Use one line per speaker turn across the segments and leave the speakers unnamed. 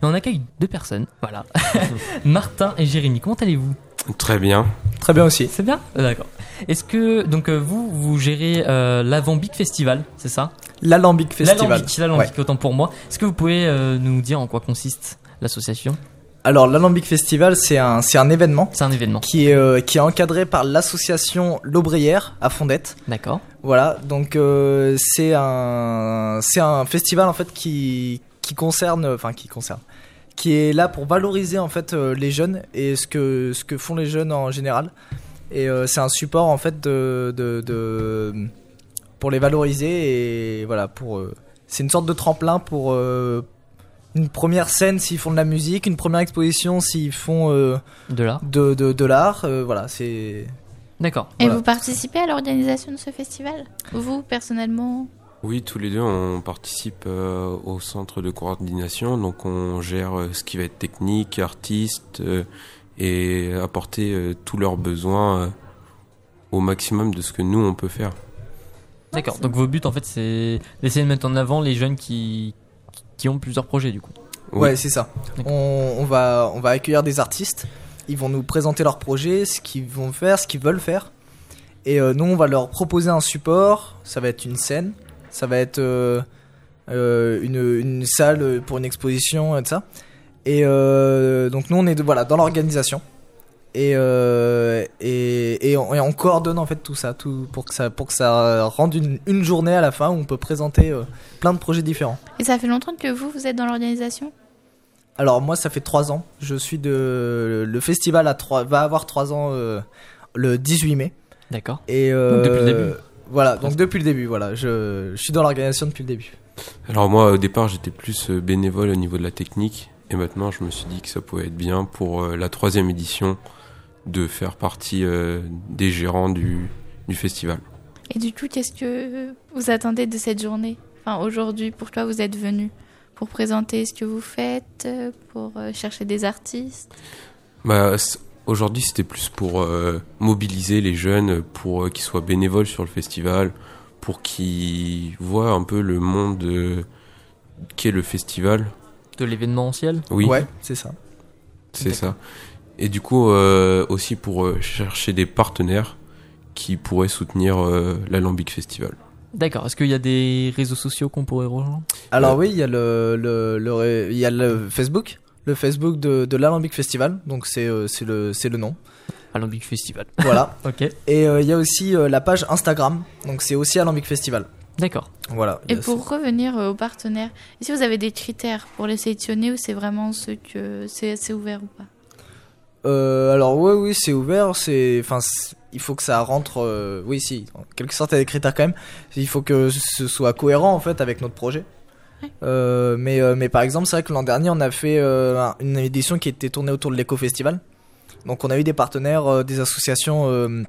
Et on accueille deux personnes, voilà. Martin et Jérémy, comment allez-vous
Très bien.
Très bien aussi.
C'est bien D'accord. Est-ce que, donc euh, vous, vous gérez euh, l'Avambic Festival, c'est ça
L'Alambic Festival.
L'Alambic, l'Alambic,
Ouais.
autant pour moi. Est-ce que vous pouvez euh, nous dire en quoi consiste l'association
Alors, l'Alambic Festival, c'est un, c'est un événement
C'est un événement,
qui est, euh, qui est encadré par l'association L'Aubrière à Fondette.
d'accord
Voilà, donc euh, c'est un, c'est un festival en fait qui, qui concerne, enfin qui concerne, qui est là pour valoriser en fait euh, les jeunes et ce que, ce que font les jeunes en général. Et euh, c'est un support en fait de, de, de- pour les valoriser et voilà pour. euh, c'est une sorte de tremplin pour euh, une première scène s'ils font de la musique, une première exposition s'ils font euh,
De là
de, de, de l'art. euh, voilà, c'est
D'accord.
Et
Voilà.
vous participez à l'organisation de ce festival Vous, personnellement
Oui, tous les deux, on participe euh, au centre de coordination, donc on gère euh, ce qui va être technique, artiste, euh, et apporter euh, tous leurs besoins euh, au maximum de ce que nous, on peut faire.
D'accord. Donc vos buts, en fait, c'est d'essayer de mettre en avant les jeunes qui, qui ont plusieurs projets, du coup.
Oui.
Ouais, c'est ça.
D'accord.
On, on va, on va accueillir des artistes. Ils vont nous présenter leurs projets, ce qu'ils vont faire, ce qu'ils veulent faire. Et euh, nous, on va leur proposer un support. Ça va être une scène, ça va être euh, euh, une, une salle pour une exposition et tout ça. Et euh, donc nous, on est de- voilà dans l'organisation. Et, euh, et, et on, et on coordonne en fait tout ça, tout pour que ça, pour que ça rende une, une journée à la fin où on peut présenter euh, plein de projets différents.
Et ça fait longtemps que vous, vous êtes dans l'organisation
Alors moi, ça fait trois ans. Je suis de le festival à trois va avoir trois ans euh, le 18 mai
D'accord.
et euh,
depuis le début.
Voilà, donc depuis le début, voilà, je, je suis dans l'organisation depuis le début.
Alors moi, au départ, j'étais plus euh, bénévole au niveau de la technique, et maintenant, je me suis dit que ça pouvait être bien pour euh, la troisième édition de faire partie euh, des gérants du, du festival.
Et du coup, qu'est-ce que vous attendez de cette journée Enfin, aujourd'hui, pourquoi vous êtes venu Pour présenter ce que vous faites euh, Pour euh, chercher des artistes
Bah, c- aujourd'hui, c'était plus pour euh, mobiliser les jeunes, pour euh, qu'ils soient bénévoles sur le festival, pour qu'ils voient un peu le monde euh, qu'est le festival.
De l'événementiel
Oui,
Ouais, c'est ça.
c'est ça. Et du coup, euh, aussi pour euh, chercher des partenaires qui pourraient soutenir euh, l'Alambic Festival.
D'accord. Est-ce qu'il y a des réseaux sociaux qu'on pourrait rejoindre
Alors
Ouais.
oui, il y a le, le, le ré- il y a le Facebook, le Facebook de, de l'Alambic Festival, donc c'est euh, c'est le c'est le nom.
Alambic Festival.
Voilà.
Ok.
Et euh, il y a aussi euh, la page Instagram, donc c'est aussi Alambic Festival.
D'accord.
Voilà.
Et
Il y a
pour revenir euh, aux partenaires, est-ce que vous avez des critères pour les sélectionner ou c'est vraiment ce que c'est c'est ouvert ou pas
Euh, alors oui, oui, c'est ouvert. C'est, enfin, c'est- il faut que ça rentre. euh, oui, si, en quelque sorte, il y a des critères quand même. Il faut que ce soit cohérent en fait avec notre projet.
Ouais.
Euh, mais, euh, mais par exemple, c'est vrai que l'an dernier, on a fait euh, un- une édition qui était tournée autour de l'éco-festival. Donc, on a eu des partenaires, euh, des associations euh,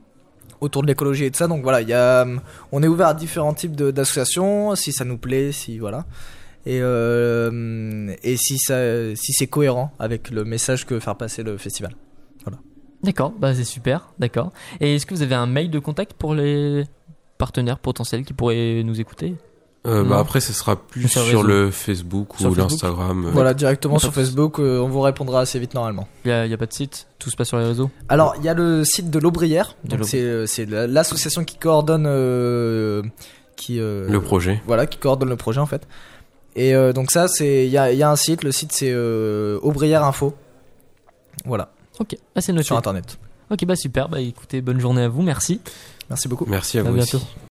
autour de l'écologie et de ça. Donc voilà, il y a, euh, on est ouvert à différents types de- d'associations, si ça nous plaît, si voilà. Et, euh, et si, ça- si c'est cohérent avec le message que veut faire passer le festival.
D'accord. Bah, c'est super. D'accord. Et est-ce que vous avez un mail de contact pour les partenaires potentiels qui pourraient nous écouter
Euh,
Non.
bah après, ce sera plus
Sur
sur,
le réseau.
le Facebook
Sur
ou
Facebook.
l'Instagram. euh,
Voilà, directement
Pas
sur
de souci.
Facebook, euh, on vous répondra assez vite normalement.
Il n'y a, il y a pas de site Tout se passe sur les réseaux
Alors, il y a le site de l'Aubrière,
De
donc
l'Aubry-
c'est euh, c'est la- l'association qui coordonne euh, qui euh,
Le projet.
voilà, qui coordonne le projet en fait. Et euh, donc ça, c'est il y a, il y a un site, le site c'est euh, Aubrière Info. Voilà,
Ok. Ah, c'est noté.
sur internet.
Ok, bah super. Bah écoutez, bonne journée à vous. Merci.
Merci beaucoup.
Merci à
À
vous
bientôt.
aussi.